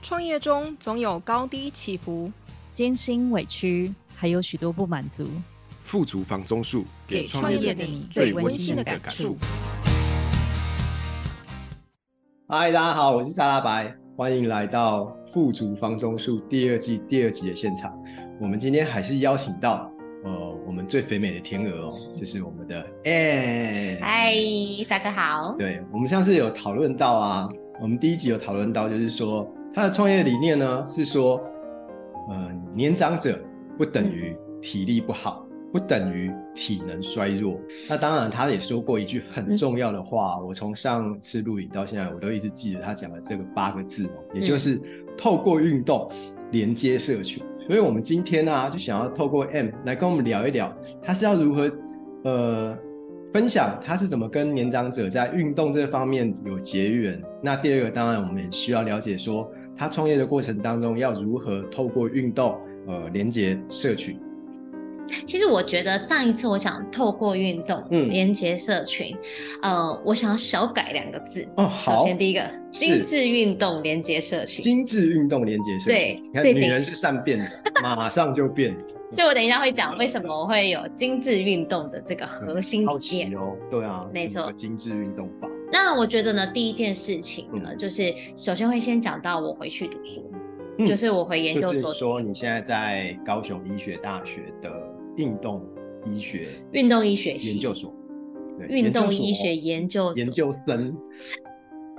创业中总有高低起伏，艰辛委屈，还有许多不满足。富足房中术，给创业的你最温馨的感触。嗨，大家好，我是沙拉白，欢迎来到《富足房中术》第二季第二集的现场。我们今天还是邀请到呃我们最肥美的天鹅哦，就是我们的 Anne。嗨，萨克好。对，我们上次有讨论到啊，我们第一集有讨论到，就是说他的创业理念呢是说，呃，年长者不等于体力不好，不等于体能衰弱。那当然，他也说过一句很重要的话，我从上次录影到现在，我都一直记得他讲的这个八个字哦，也就是透过运动连接社群。所以，我们今天呢、啊，就想要透过 M 来跟我们聊一聊，他是要如何呃分享他是怎么跟年长者在运动这方面有结缘。那第二个，当然我们也需要了解说，他创业的过程当中要如何透过运动呃连接社群。其实我觉得上一次我想透过运动，嗯连接社群，呃，我想要小改两个字。哦，首好，先第一个，是精致运动连接社群。精致运动连接社群。对你看所以女等人是善 变的，马上就变。所以我等一下会讲为什么我会有精致运动的这个核心嗯好理念奇。哦，对啊，没怎么错个精致运动法。那我觉得呢，第一件事情呢，嗯就是首先会先讲到我回去读书，嗯就是我回研究就是所说你现在在高雄医学大学的运动医学运动医学系研究所，对运动医学研究所研究生，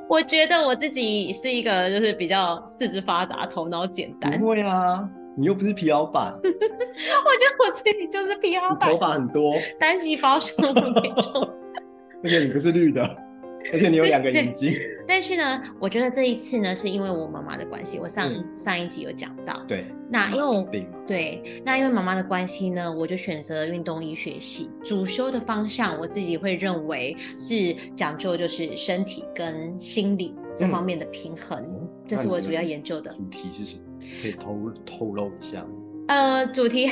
我觉得我自己是一个就是比较四肢发达、头脑简单， 不会啊，你又不是皮老板，你我觉得我自己就是皮阿头板，发很多，单细胞生物那 种。而且你不是绿的，而且你有两个眼 睛，但是呢，我觉得这一次呢，是因为我妈妈的关系，我上、上一集有讲到。对，那因为嗯我生病嘛，对，那因为妈妈的关系呢，我就选择了运动医学系。主修的方向，我自己会认为是讲究就是身体跟心理这方面的平衡，嗯这是我主要研究的。主题是什么？可以透透露一下吗，呃，主题，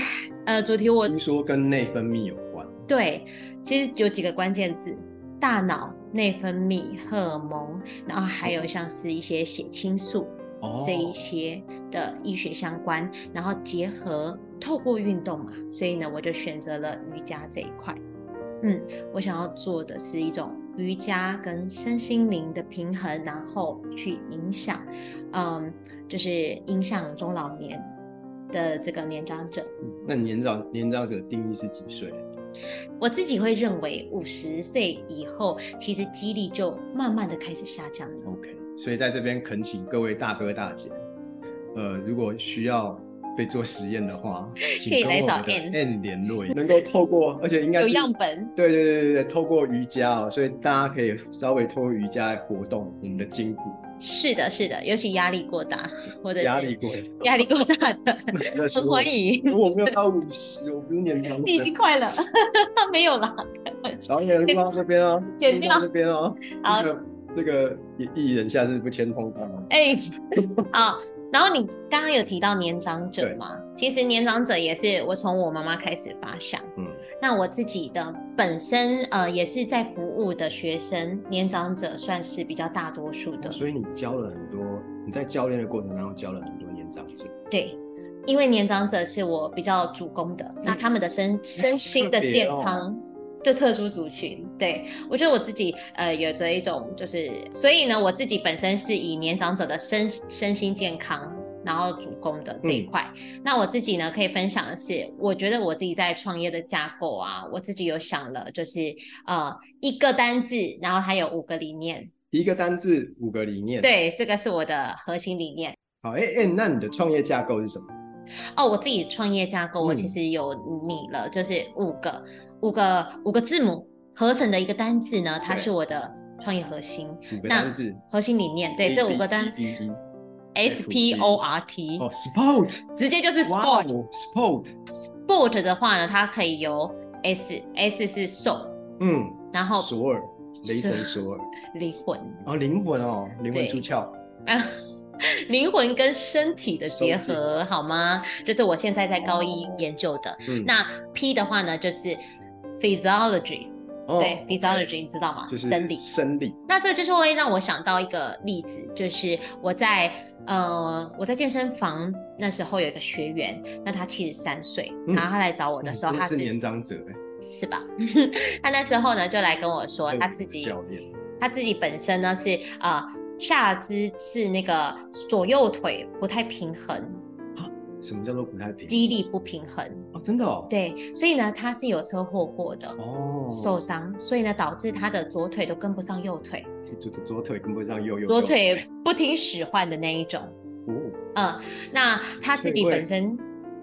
呃，主题我听说跟内分泌有关，对，其实有几个关键字：大脑、内分泌、荷尔蒙，然后还有像是一些血清素哦这一些的医学相关，然后结合透过运动嘛，所以呢，我就选择了瑜伽这一块。嗯，我想要做的是一种瑜伽跟身心灵的平衡，然后去影响，嗯，就是影响中老年的这个年长者。嗯那年长年长者定义是几岁？我自己会认为，五十岁以后，其实肌力就慢慢的开始下降了。 OK，所以在这边恳请各位大哥大姐，呃，如果需要被做实验的 话，请可以跟来我找们的 Ann N 联络，能够透过，而且应该有是样本，对对对对对，透过瑜伽哦，所以大家可以稍微透过瑜伽来活动我们的筋骨，是的，是的，尤其压力过大， 或者是压力过。压力过大的 那时候很欢迎。我没有到五十，我不是年长者。你已经快了， 没有啦。导演录到这边哦，剪录掉到这边哦。好这个这个艺人下次不签通告吗？哎、啊，然后你刚刚有提到年长对者嘛？其实年长者也是我从我妈妈开始发想。嗯，那我自己的本身呃也是在服务的学生，年长者算是比较大多数的。所以你教了很多，你在教练的过程当中教了很多年长者。对，因为年长者是我比较主攻的，那他们的身身心的健康。就特殊族群，对我觉得我自己呃有着一种就是，所以呢，我自己本身是以年长者的身身心健康然后主攻的这一块。那我自己呢可以分享的是，我觉得我自己在创业的架构啊，我自己有想了，就是呃一个单字，然后还有五个理念，一个单字五个理念。，对，这个是我的核心理念。好，哎、哎、那你的创业架构是什么？哦，我自己创业架构，我其嗯实有拟了，就是五个五个五个字母合成的一个单字呢，它对是我的创业核心五个那单字，核心理念。对，这五个单词 E S P O R T，哦，sport，直接就是哇 sport。哦，sport， sport 的话呢，它可以由 S S 是受，嗯，然后索尔，雷神索尔，灵魂， 哦，灵魂哦，灵魂对出窍，啊，灵魂跟身体的结收集哦合，好吗？这是我现在在高一研究的。嗯，那 P 的话呢，就是 physiology。哦对，physiology 你知道吗？就是生理。生理，那这就是会让我想到一个例子，就是我在呃我在健身房那时候有一个学员，那他七十三岁，嗯然后他来找我的时候，真他的是是年长者哎，是吧？ 他那时候呢就来跟我说，他自己教练，他自己本身呢是呃下肢是那个左右腿不太平衡，什么叫做不太平？肌力不平衡，哦，真的哦，，对，所以呢他是有车祸过的。哦，受伤，所以呢，导致他的左腿都跟不上右腿，左左左腿跟不上右右，左腿不听使唤的那一种。哦，嗯，那他自己所以会本身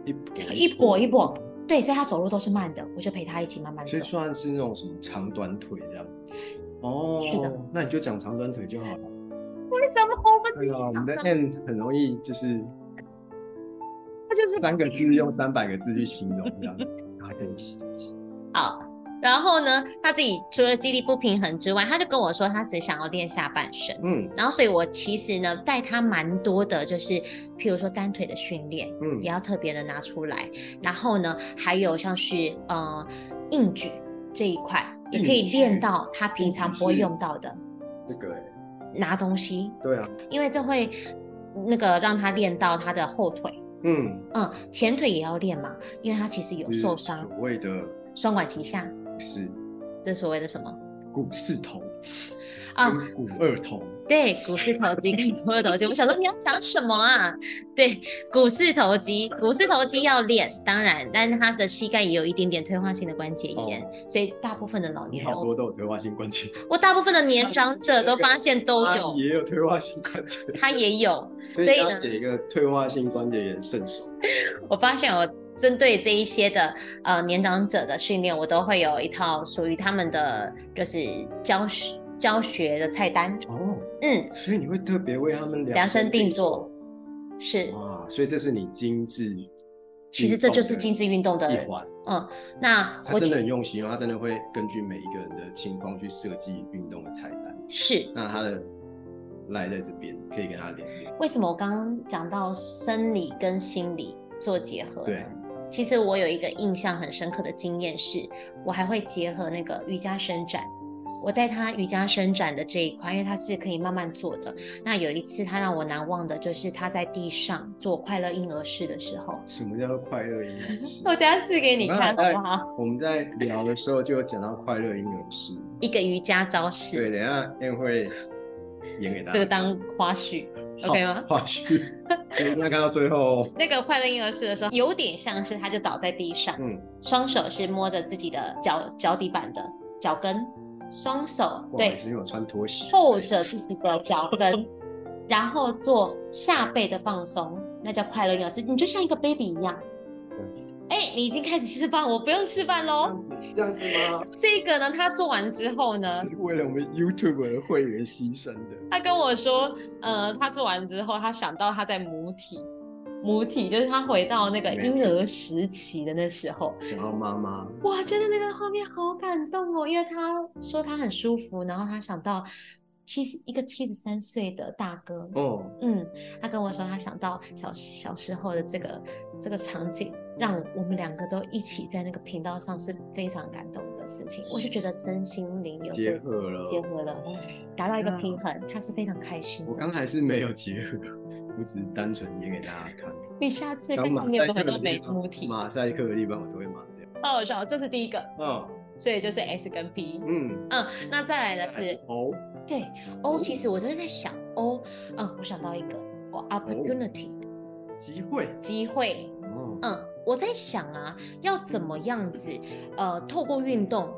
一跛一跛一跛，对，所以他走路都是慢的，我就陪他一起慢慢走所以。算是那种什么长短腿这样。哦，是的，那你就讲长短腿就好了。为什么我哎呀，我们的长 N 很容易就是，他就是三个字用三百个字去形容这样子，然后可以起起。好，然后呢，他自己除了肌力不平衡之外，他就跟我说他只想要练下半身。嗯然后，所以我其实呢带他蛮多的，就是譬如说单腿的训练，嗯也要特别的拿出来。然后呢，还有像是呃硬举这一块，也可以硬举练到他平常不会硬举是用到的这个哎拿东西，对啊，因为这会那个让他练到他的后腿，嗯，嗯，前腿也要练嘛，因为他其实有就是受伤，所谓的双管齐下，是这所谓 的什么股四头啊？跟股二头，对，股四头肌跟股二头肌，我想说你要讲什么啊？对，股四头肌，股四头肌要练，当然，但是他的膝盖也有一点点退化性的关节炎，哦所以大部分的老你年人，好多我都有退化性关节，我大部分的年长者都发现都阿有姨，也有退化性关节，他也有，所所以以要呢写一个退化性关节炎圣手。我发现我针对这一些的呃年长者的训练，我都会有一套属于他们的就是教学教学的菜单，哦，嗯，所以你会特别为他们量身定做做。，是，哇，所以这是你精致，其实这就是精致运动的一环。嗯，那他我真的觉很用心哦，他真的会根据每一个人的情况去设计运动的菜单。是。那他的赖在这边，可以跟他连接。为什么我刚刚讲到生理跟心理做结合呢对？其实我有一个印象很深刻的经验是，我还会结合那个瑜伽伸展。我带他瑜伽伸展的这一块，因为他是可以慢慢做的。那有一次他让我难忘的就是他在地上做快乐婴儿式的时候，什么叫做快乐婴儿 式？我等下试给你我们看好在不好？我们在聊的时候就有讲到快乐婴儿式，一个瑜伽对，招式，等一下宴会演给大家这个。当花絮。好 OK 吗话 絮，所以那看到最后，哦那个快乐婴儿式的时候，有点像是他就倒在地上，嗯，双手是摸着自己的脚脚底板的脚跟，双手不好意对思，因为我穿拖鞋，扣所以着自己的脚跟，然后做下背的放松，那叫快乐婴儿式。你就像一个 baby 一样这样子。哎、你已经开始示范，我不用示范这喽样。子这样子吗？这个呢，他做完之后呢，是为了我们 YouTube 的会员牺牲的。他跟我说，呃，他做完之后，他想到他在母体，母体就是他回到那个没婴错儿时期的那时候，想要妈妈，哇，真的那个画面好感动哦，因为他说他很舒服，然后他想到七十一个七十三岁的大哥，哦，嗯，他跟我说他想到小小时候的这个这个场景，让我们两个都一起在那个频道上是非常感动的事情，我就觉得身心灵有结这合了。哦结合了，达到一个平衡，他是非常开心我的。刚才是没有结合，我只是单纯演给大家看。你下次刚跟马你有赛没有克回的到美地母方，体？马赛克的地方我都会马掉。好好笑，这是第一个，哦，所以就是 S 跟 P。嗯，嗯，那再来呢是哦，对，O 其实我就是在想 O，嗯，我想到一个哦，opportunity 机会，机会，哦，嗯，我在想啊，要怎么样子，呃，透过运动，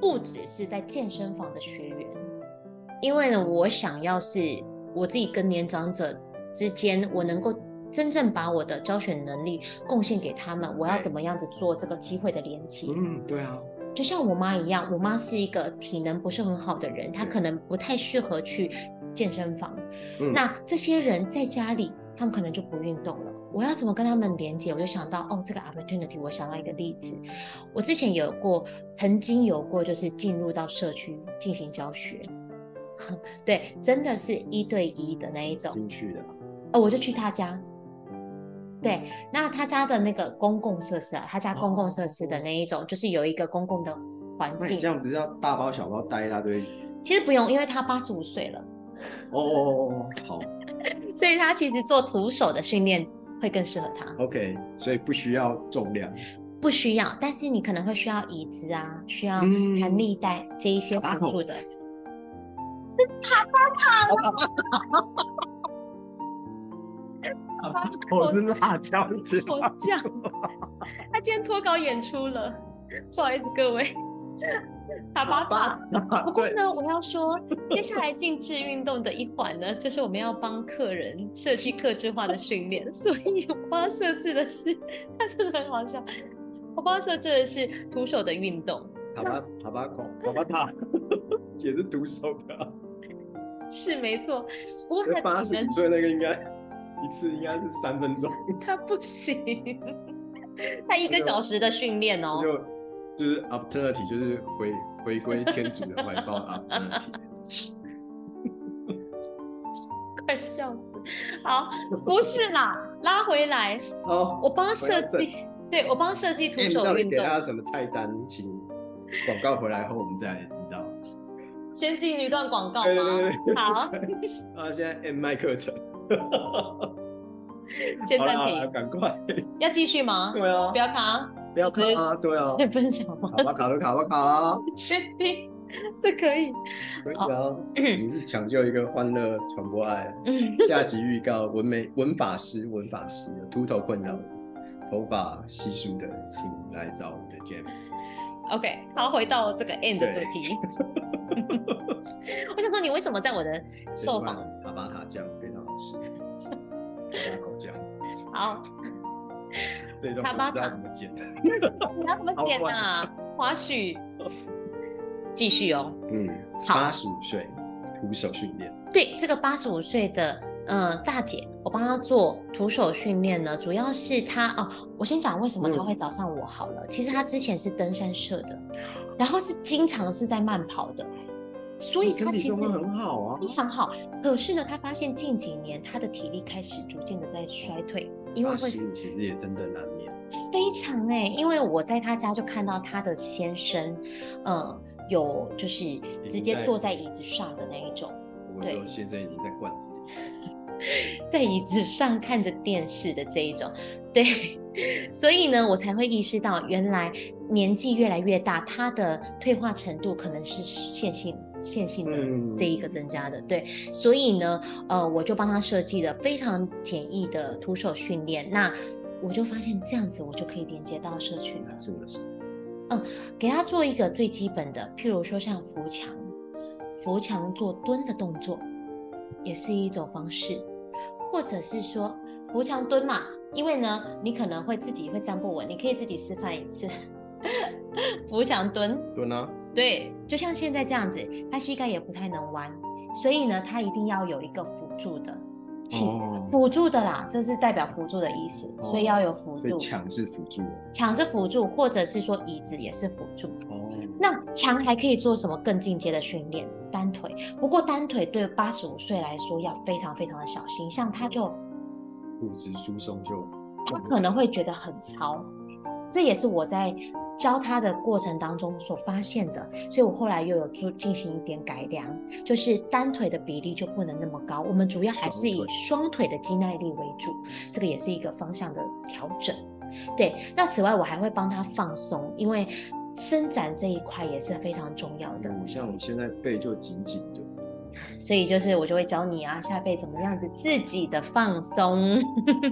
不只是在健身房的学员，因为呢，我想要是我自己跟年长者之间，我能够。真正把我的教学能力贡献给他们，我要对怎么样子做这个机会的连接？嗯，对啊，就像我妈一样，我妈是一个体能不是很好的人，她对可能不太适合去健身房。嗯，那这些人在家里，他们可能就不运动了。我要怎么跟他们连接？我就想到哦，这个 opportunity，我想到一个例子，我之前有过，曾经有过，就是进入到社区进行教学， 对，真的是一对一的那一种。进去的吧，呃，我就去他家。对，那他家的那个公共设施啊，他家公共设施的那一种，就是有一个公共的环那你境这。样不是要大包小包带一大堆？其实不用，因为他八十五岁了，哦哦哦哦，好所以他其实做徒手的训练会更适合他， ，OK，所以不需要重 量。不需要。但是你可能会需要椅子啊，需要嗯弹力带这一些打辅口助的。这哦 是塔塔塔， 我哦是辣椒汁好 酱。 他今天脱稿演出了，不好意思各 位。塔巴塔。不过呢，我要说，接下来静置运动的一环呢，就是我们要帮客人设计客制化的训练。 所以我帮他设置的是，他真的很好笑。我帮他设置的是徒手的运动，塔巴塔巴口塔巴塔，也是毒手的啊。是没错。不过这他八的体十能五岁那个应该一次应该是三分钟，他不行， 他一个那就小时的训练哦。就就是 opportunity，就是回回归天主的怀抱的 opportunity。快笑死！好，不是啦，拉回来，好，我帮他设我要计，对我帮他设计徒哎你到手底运给动。大家什么菜单？请广告回来后我们再来知道。先进一段广告吗？对对对对好，啊，现在 M 麦课程，先好了暂好了，停，赶快，要继续吗？对啊不，要卡，不要看啊，对啊，再分享吗卡？巴卡都卡巴卡啦， 确定，这可以。可以啊，你是抢救一个欢乐，传播爱。嗯， 下集预告：纹眉纹发师，纹发师有秃头困扰的、头发稀疏的，请来找我们的 James。 OK，好，回到这个 end 的主对题。 我想说，你为什么在我的受访？塔巴塔酱非常好 吃，塔巴口酱，好，这种塔巴不知塔道怎么 剪。你要怎么剪好啊？华 许，继续哦。嗯，好八十五岁徒手训练，对这个八十五岁的呃大姐，我帮她做徒手训练呢，主要是她哦，我先讲为什么她嗯会找上我好了。其实她之前是登山社的，然后是经常是在慢跑的，所以她哦身体其实状况很好啊非。常好。可是呢，她发现近几年她的体力开始逐渐的在衰退，因为八会十五其实也真的难免，非常哎、因为我在他家就看到他的先生，呃，有就是直接坐在椅子上的那一种，我对说先生已经在罐子里。在椅子上看着电视的这一种，对， 所以呢，我才会意识到原来年纪越来越大，他的退化程度可能是线性线性的嗯这一个增加的，对，所以呢，呃，我就帮他设计了非常简易的徒手训练，那我就发现这样子我就可以连接到社群了嗯他。做了什么？给他做一个最基本的，譬如说像扶墙，扶墙做蹲的动作，也是一种方式，或者是说扶墙蹲嘛，因为呢，你可能会自己会站不稳，你可以自己示范一次 扶墙蹲，蹲啊，对，就像现在这样子，他膝盖也不太能弯，所以呢，他一定要有一个辅助的器，哦辅助的啦，这是代表辅助的意思，所以要有辅所以助。墙是辅助哦的。墙是辅助，或者是说椅子也是辅助。哦，那墙还可以做什么更进阶的训练？单腿。不过单腿对八十五岁来说要非常非常的小心，像他就骨质疏松就他可能会觉得很糙，这也是我在教他的过程当中所发现的。所以我后来又有做进行一点改良，就是单腿的比例就不能那么高，我们主要还是以双腿双腿的肌耐力为主，这个也是一个方向的调整。对，那此外我还会帮他放松，因为伸展这一块也是非常重要的。我哦像我现在背就紧紧的，所以就是我就会教你啊，下辈怎么样子自己的放松。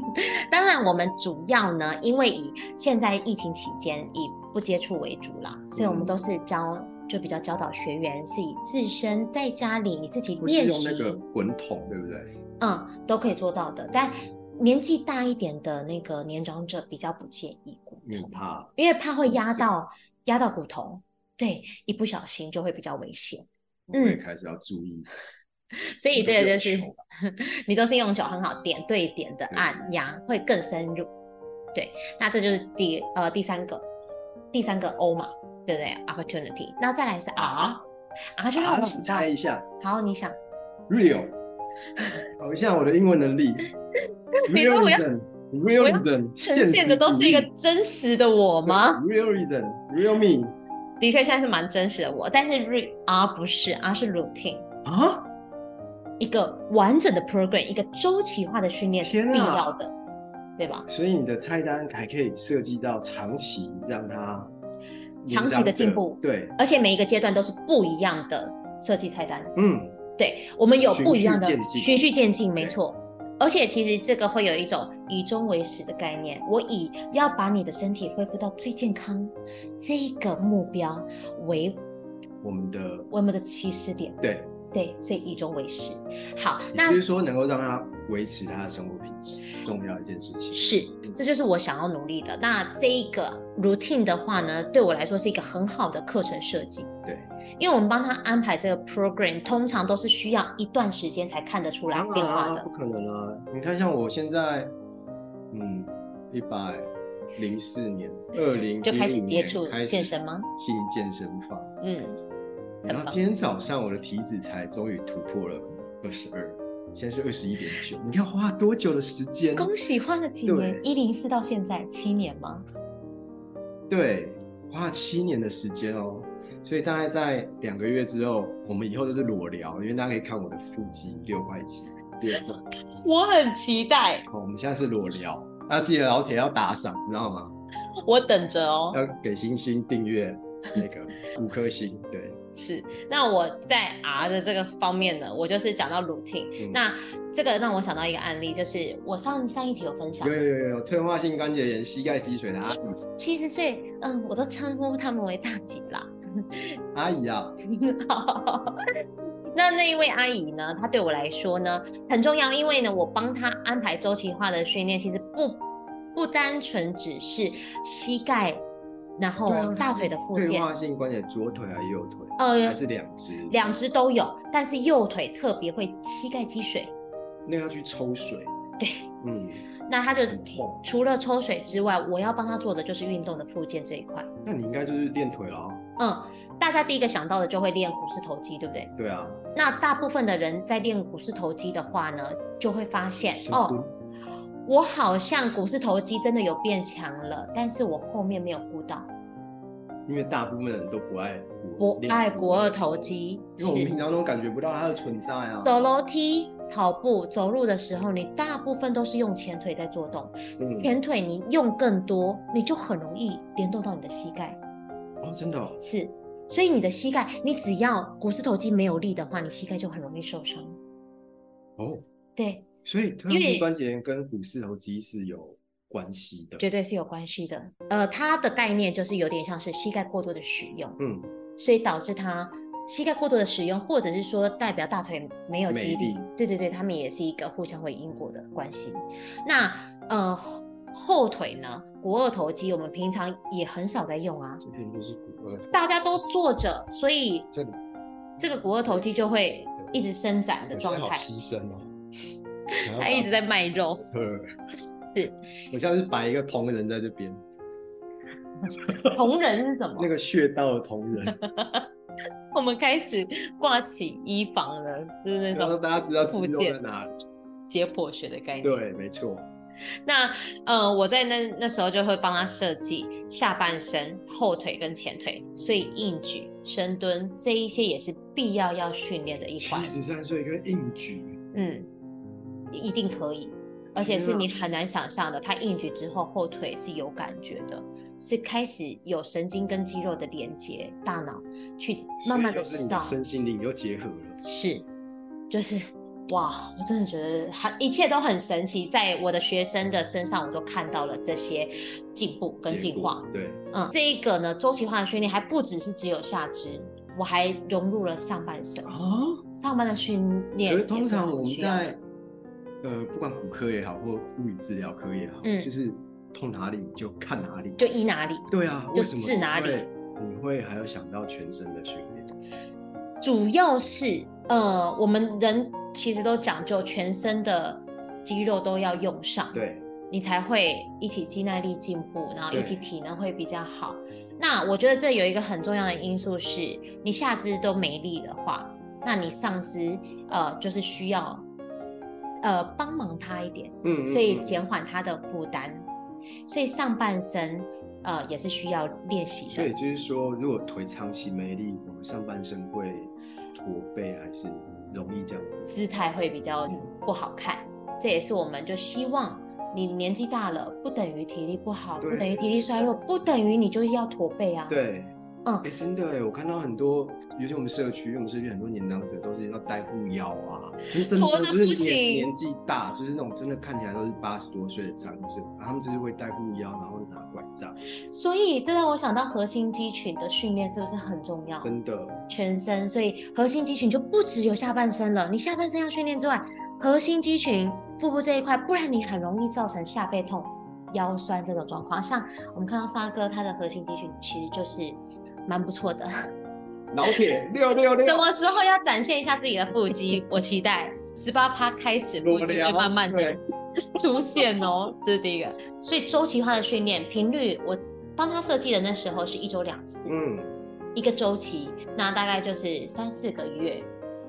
当然，我们主要呢，因为以现在疫情期间以不接触为主啦，所以我们嗯都是教就比较教导学员是以自身在家里你自己不是练用习，那个滚筒，对不对？嗯，都可以做到的。但年纪大一点的那个年长者比较不建议骨因为头，怕因为怕会骨压折到压到骨头，对，一不小心就会比较危险。 我也开始要注意。所以你都这是个就用是球吧你都是用球很好点对点的按压，会更深入。对，那这就是第呃第三个，第三个 O 嘛，对不对？Opportunity。那再来是 R，R、就让啊，我那想到猜，一下好，你想， ，real，好像我的英文能力你说我要我要，realism，realism，呈现的都是一个真实的我吗？ ？realism，real me，的确现在是蛮真实的我，但是 r 而不是，而是 routine，啊，一个完整的 program，一个周期化的训练是天啊必要的，对吧？所以你的菜单还可以设计到长期让它长期的进步对，而且每一个阶段都是不一样的设计菜单，嗯，对我们有不一样的循序渐进循序渐进，没错。而且其实这个会有一种以终为始的概念，我以要把你的身体恢复到最健康这一个目标为我们的我们的起始点，对，对，所以以终为始。好，也那就是说能够让它维持它的生活品质，重要一件事情。是，这就是我想要努力的。那这一个 routine 的话呢，对我来说是一个很好的课程设计，对，因为我们帮他安排这个 program，通常都是需要一段时间才看得出来当变然化啊，的不。可能啊！你看，像我现在，嗯，一百零四年，二零就开始接触健身吗？进健身房，嗯，然后棒今天早上我的体脂才终于突破了二十二，现在是二十一点九。你看花多久的时间？恭喜花了几年对？一零四到现在七年吗？对，花了七年的时间哦。所以大概在两个月之后，我们以后就是裸聊，因为大家可以看我的腹肌、六块肌、六块。我很期待，哦，我们现在是裸聊，那记得老铁要打赏，知道吗？我等着哦要给星星订阅那个五颗星，对，是，那我在 R 的这个方面呢，我就是讲到 routine、嗯那这个让我想到一个案例，就是我上上一集有分享有，有有有退化性关节炎、膝盖积水的阿姨，七十岁，嗯，我都称呼他们为大姐啦。阿姨啊，那那一位阿姨呢？她对我来说呢很重要，因为呢，我帮她安排周期化的训练，其实不不单纯只是膝盖，然后对啊哦大腿的附退件，化性关节左腿还是右腿？呃还是两只？两只都有，但是右腿特别会膝盖积水。那要去抽水，对，嗯，那她就很痛除了抽水之外，我要帮她做的就是运动的附件这一块。那你应该就是练腿了哦，嗯，大家第一个想到的就会练股四头肌，对不对？对啊，那大部分的人在练股四头肌的话呢，就会发现深哦蹲，我好像股四头肌真的有变强了，但是我后面没有顾到，因为大部分人都不爱不国爱股二头，肌练因为我们平是常都感觉不到它的存在啊，走楼梯。跑步、走路的时候，你大部分都是用前腿在做动，嗯前腿你用更多，你就很容易联动到你的膝盖，哦，真的哦，是，所以你的膝盖，你只要股四头肌没有力的话，你膝盖就很容易受伤。哦，对，所以退化因为性关节炎跟股四头肌是有关系的，绝对是有关系的。呃，它的概念就是有点像是膝盖过多的使用，嗯，所以导致它膝盖过多的使用，或者是说代表大腿没有肌没力力。对对对，它们也是一个互相会因果的关系。那呃后后腿呢，股二头肌我们平常也很少在用啊，这边就是股二头，大家都坐着，所以这里这个股二头肌就会一直伸展的我觉状得好态。牺牲哦， 它一直在卖肉，呃，是我像是摆一个铜人在这边， 同人是什么？那个穴道的铜人，我们开始挂起衣防了，就是 那然后种大家知道肌附肉在件哪里。解剖学的概念。，对，没错，那呃，我在那那时候就会帮他设计下半身、后腿跟前腿，所以硬举、深蹲这一些也是必要要训练的一七环。十三岁跟硬举，嗯，一定可以，而且是你啊很难想象的。他硬举之后，后腿是有感觉的，是开始有神经跟肌肉的连接，大脑去慢慢的所以就是知你道。身心灵又结合了。是，就是哇，我真的觉得它一切都很神奇，在我的学生的身上，我都看到了这些进步跟结进果化。对，嗯，这一个呢，周期化的训练还不只是只有下肢，我还融入了上半身，啊，上半的训练可是也是通常很我们需要在的呃，不管骨科也好，或物理治疗科也好，嗯就是痛哪里就看哪里，就依哪里对啊，就为什么治哪你会里？你会还有想到全身的训练，主要是呃，我们人其实都讲究全身的肌肉都要用上，对，你才会一起肌耐力进步，然后一起对体能会比较好。那我觉得这有一个很重要的因素是，你下肢都没力的话，那你上肢呃就是需要呃帮忙它一点，嗯所以嗯嗯减缓它的负担。所以上半身呃也是需要练习所以的。就是说，如果腿长期没力，我们上半身会驼背，还是容易这样子。姿态啊会比较嗯不好看。这也是我们就希望你年纪大了，不等于体力不好，对不等于体力衰弱，不等于你就是要驼背啊。，对，嗯哎，真的哎，我看到很多，尤其我们社区，因为我们社区很多年长者都是要带护腰啊，真真驼的得就是不行年年纪大，就是那种真的看起来都是八十多岁的长者，然后他们就是会带护腰，然后拿拐杖，所以这让我想到核心肌群的训练是不是很重要？真的全身，所以核心肌群就不只有下半身了。你下半身要训练之外，核心肌群、腹部这一块，不然你很容易造成下背痛、腰酸这种状况。像我们看到沙哥，他的核心肌群其实就是蛮不错的。老铁六六什六，么时候要展现一下自己的腹肌？我期待十八趴开始，腹肌会慢慢的对 出现哦，这是第一个。所以周期化的训练频率，我帮他设计的那时候是一周两次，嗯，一个周期，那大概就是三四个月，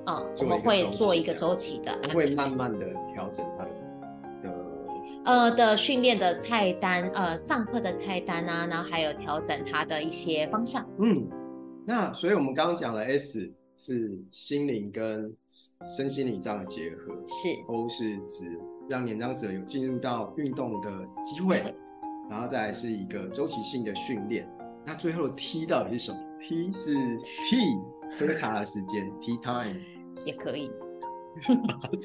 啊、我做一个们会周期做一这个样周期的安我排，会慢慢的调整他的的呃的训练的菜单，呃上课的菜单啊，然后还有调整他的一些方向。嗯，那所以我们刚刚讲了 S 是心灵跟身心灵上的结合是，O 是指让年长者有进入到运动的机会机会，然后再来是一个周期性的训练。那最后 T 到底是什么？T 是 T 喝茶的时间，Tea time。也 可以，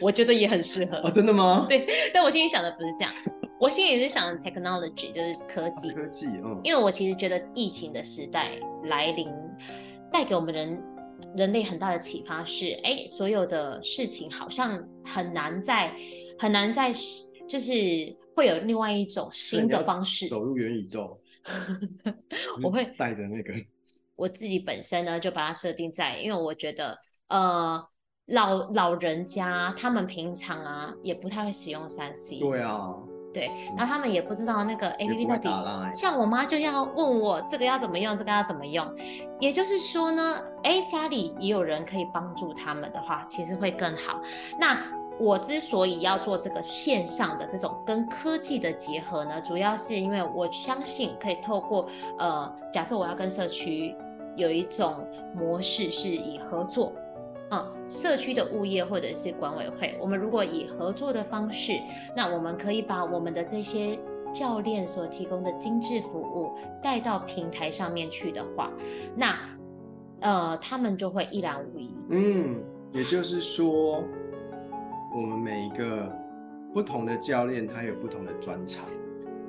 我觉得也很适合。哦，真的吗？对但我心里想的不是这样，我心里是想 technology 就是科技，科技，嗯，因为我其实觉得疫情的时代来临，带给我们人人类很大的启发是，哎，所有的事情好像很难在很难在就是会有另外一种新的方式。走入元宇宙 ，我会就是带着那个我自己本身呢，就把它设定在，因为我觉得，呃，老老人家他们平常啊也不太会使用三 C，对啊，对，然后他们也不知道那个 A 也 P P 不到会底打烂，像我妈就要问我这个要怎么用，这个要怎么用。也就是说呢，哎，家里也有人可以帮助他们的话，其实会更好。那我之所以要做这个线上的这种跟科技的结合呢，主要是因为我相信可以透过呃，假设我要跟社区有一种模式是以合作。嗯，社区的物业或者是管委会，我们如果以合作的方式，那我们可以把我们的这些教练所提供的精致服务带到平台上面去的话，那呃，他们就会一览无遗。嗯，也就是说，我们每一个不同的教练，他有不同的专长，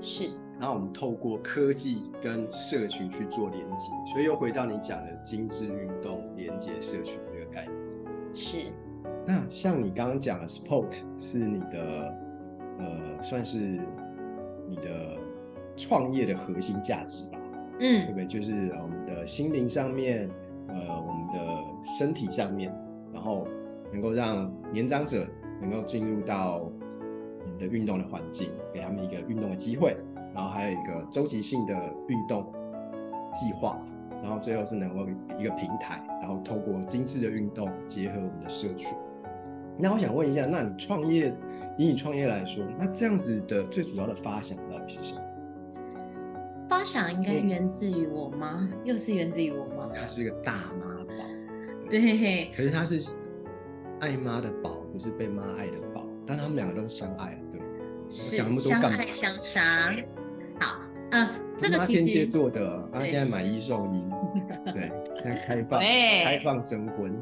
是然后我们透过科技跟社群去做连接，所以又回到你讲的精致运动连接社群这个概念。是，那像你刚刚讲的 sport 是你的呃，算是你的创业的核心价值吧？对嗯不对？就是呃我们的心灵上面，呃，我们的身体上面，然后能够让年长者能够进入到我们的运动的环境，给他们一个运动的机会，然后还有一个周期性的运动计划，然后最后是能够一个平台，然后透过精致的运动结合我们的社群。那我想问一下，那你创业，以你创业来说，那这样子的最主要的发想到底是什么？发想应该嗯源自于我妈，又是源自于我妈。它是一个大妈宝。 对，可是他是爱妈的宝，不是被妈爱的宝。但他们两个都是相爱的，对吗。是讲那么多相干嘛爱相杀。好，嗯、这个妈其天蝎实座的，他对现在买一送一， 对，现在开放喂开放征婚，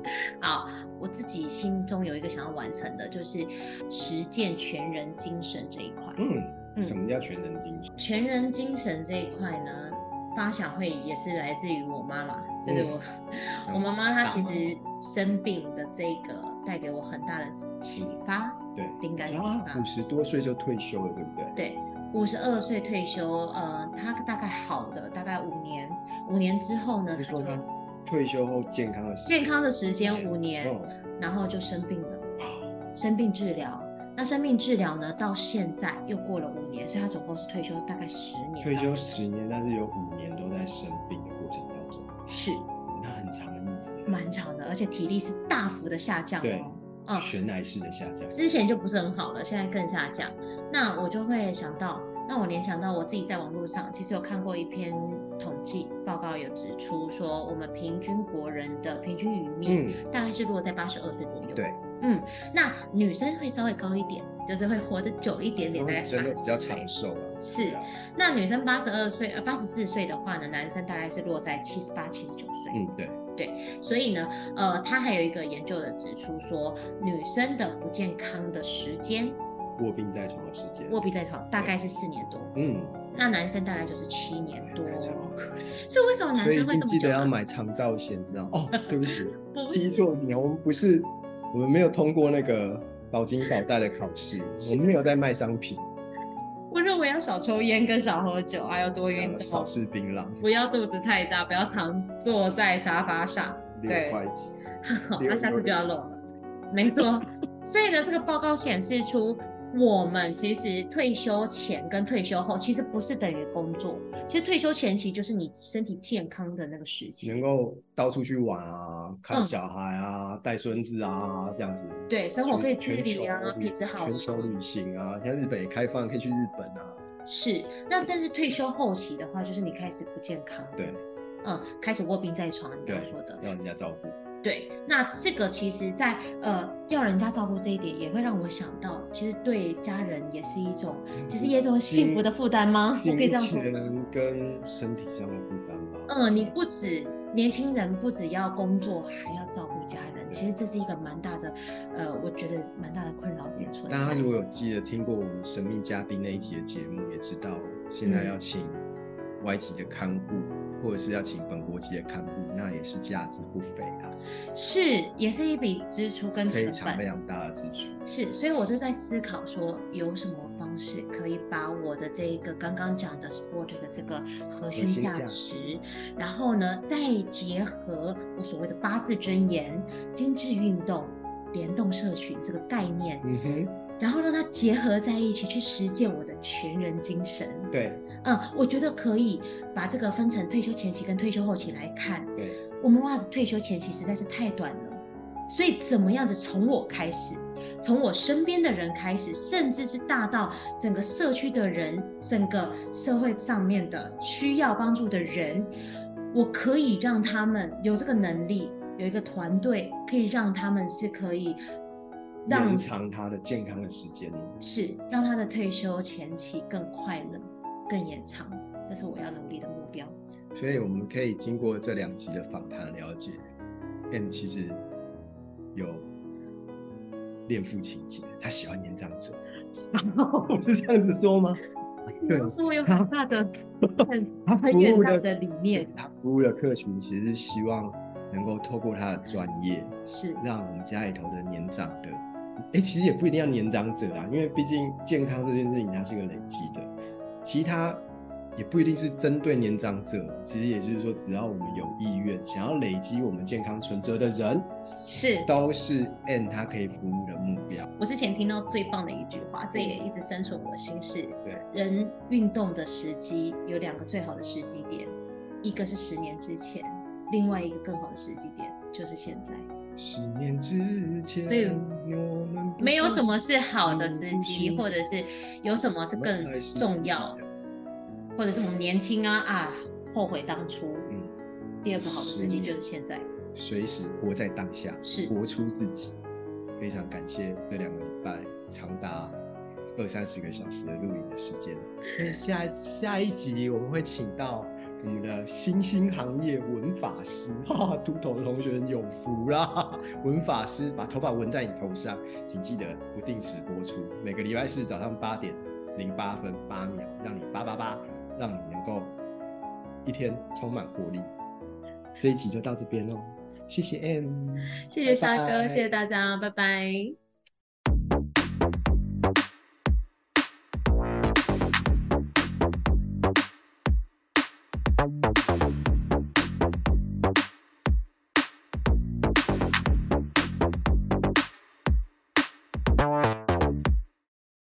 好，我自己心中有一个想要完成的，就是实践全人精神这一块。嗯，嗯什么叫全能精神？全人精神这一块呢，发想会也是来自于我妈妈，就是我、嗯我妈妈她大其妈实生病的这个带给我很大的启发，对，灵感启然后发。五十多岁就退休了，对不对？嗯对，五十二岁退休，呃，她大概好的大概五年，五年之后呢，你说她他就退休后健康的时健康的时间五年，哦，然后就生病了，哎生病治疗。那生病治疗呢，到现在又过了五年，所以她总共是退休大概十年。退休十年，但是有五年都在生病的过程当中，是那很长的日子，蛮长的，而且体力是大幅的下降、哦。对，嗯，悬崖式的下降，之前就不是很好了，现在更下降。那我就会想到，让我联想到我自己在网络上其实有看过一篇统计报告，有指出说我们平均国人的平均余命嗯，大概是落在八十二岁左右。对，嗯，那女生会稍微高一点，就是会活得久一点点，大概是真的八哦嗯比较十岁长。寿啊。是对啊，那女生八十二岁呃八十四岁的话呢，男生大概是落在七十八、七十九岁。嗯，对，所以呢，呃，他还有一个研究的指出说，女生的不健康的时间卧病在床的时间，卧病在床大概是四年多，嗯，那男生大概就是七年多。超可怜。所以为什么男所以生会你这么记久得要呢？买长照险，知道吗？哦，对不起， 不第一是做年，我们不是，我们没有通过那个保金保贷的考试，我们没有在卖商品，呃我认为要少抽烟跟少喝酒，还要多运考动，试槟榔，不要肚子太大，不要常坐在沙发上。 六对块几，好，六那下次六不要漏了。没错，所以呢，这个报告显示出我们其实退休前跟退休后其实不是等于工作，其实退休前期就是你身体健康的那个时期。能够到处去玩啊，看嗯小孩啊，带孙子啊，这样子。对，生活可以自全理啊全球，品质好啊全。球旅行啊，现在日本也开放，可以去日本啊。是，那但是退休后期的话，就是你开始不健康，对，嗯，开始卧病在床，你刚刚对说的，要人家照顾。对，那这个其实在，呃要人家照顾这一点，也会让我想到，其实对家人也是一种，其实也有一种幸福的负担吗？我金可以这样说吗？钱跟身体上的负担啊吧。嗯，你不止年轻人，不只要工作，还要照顾家人，其实这是一个蛮大的，呃，我觉得蛮大的困扰点存在。大家如果有记得听过我们神秘嘉宾那一集的节目，也知道现在要请外籍的看护，或者是要请本国籍的看护，那也是价值不菲啊，是，也是一笔支出跟成非常非本。常大的支出。是，所以我就在思考说，有什么方式可以把我的这一个刚刚讲的 sport 的这个核心心价价值，然后呢，再结合我所谓的八字真言、精致运动、联动社群这个概念，嗯哼，然后让它结合在一起去实践我的全人精神。对嗯，我觉得可以把这个分成退休前期跟退休后期来看。对，我们哇的退休前期实在是太短了，所以怎么样子从我开始，从我身边的人开始，甚至是大到整个社区的人，整个社会上面的需要帮助的人，我可以让他们有这个能力，有一个团队，可以让他们是可以让延长他的健康的时间。是让他的退休前期更快乐、更延长，这是我要努力的目标。所以我们可以经过这两集的访谈了解，M 其实有恋父情节，他喜欢年长者， 是这样子说吗？对我说我有很 大的、他很服很远务大的的理念他服务的客群其实是希望能够透过他的专业，是让我们家里头的年长的，哎，其实也不一定要年长者啦，因为毕竟健康这件事情它是一个累积的，其他也不一定是针对年长者，其实也就是说，只要我们有意愿想要累积我们健康存折的人，是，都是 N 他可以服务的目标。我之前听到最棒的一句话，这也一直深存我心事。对，人运动的时机有两个最好的时机点，一个是十年之前，另外一个更好的时机点就是现在。十年之前，所以我们不没有相什么信是好嗯的时机，或者是有什么是更重要，或者是我们年轻啊啊后悔当初。嗯第二个好的时机就是现在。随时活在当下，是活出自己。非常感谢这两个礼拜长达二三十个小时的录影的时 间。那下一下一集我们会请到我们的新兴行业文法师，哈哈，秃头的同学们有福啦！文法师把头发纹在你头上，请记得不定时播出，每个礼拜四早上八点零八分八秒，让你八八八，让你能够一天充满活力。这一集就到这边喽，谢谢 M，谢谢沙拜拜哥，谢谢大家，拜拜。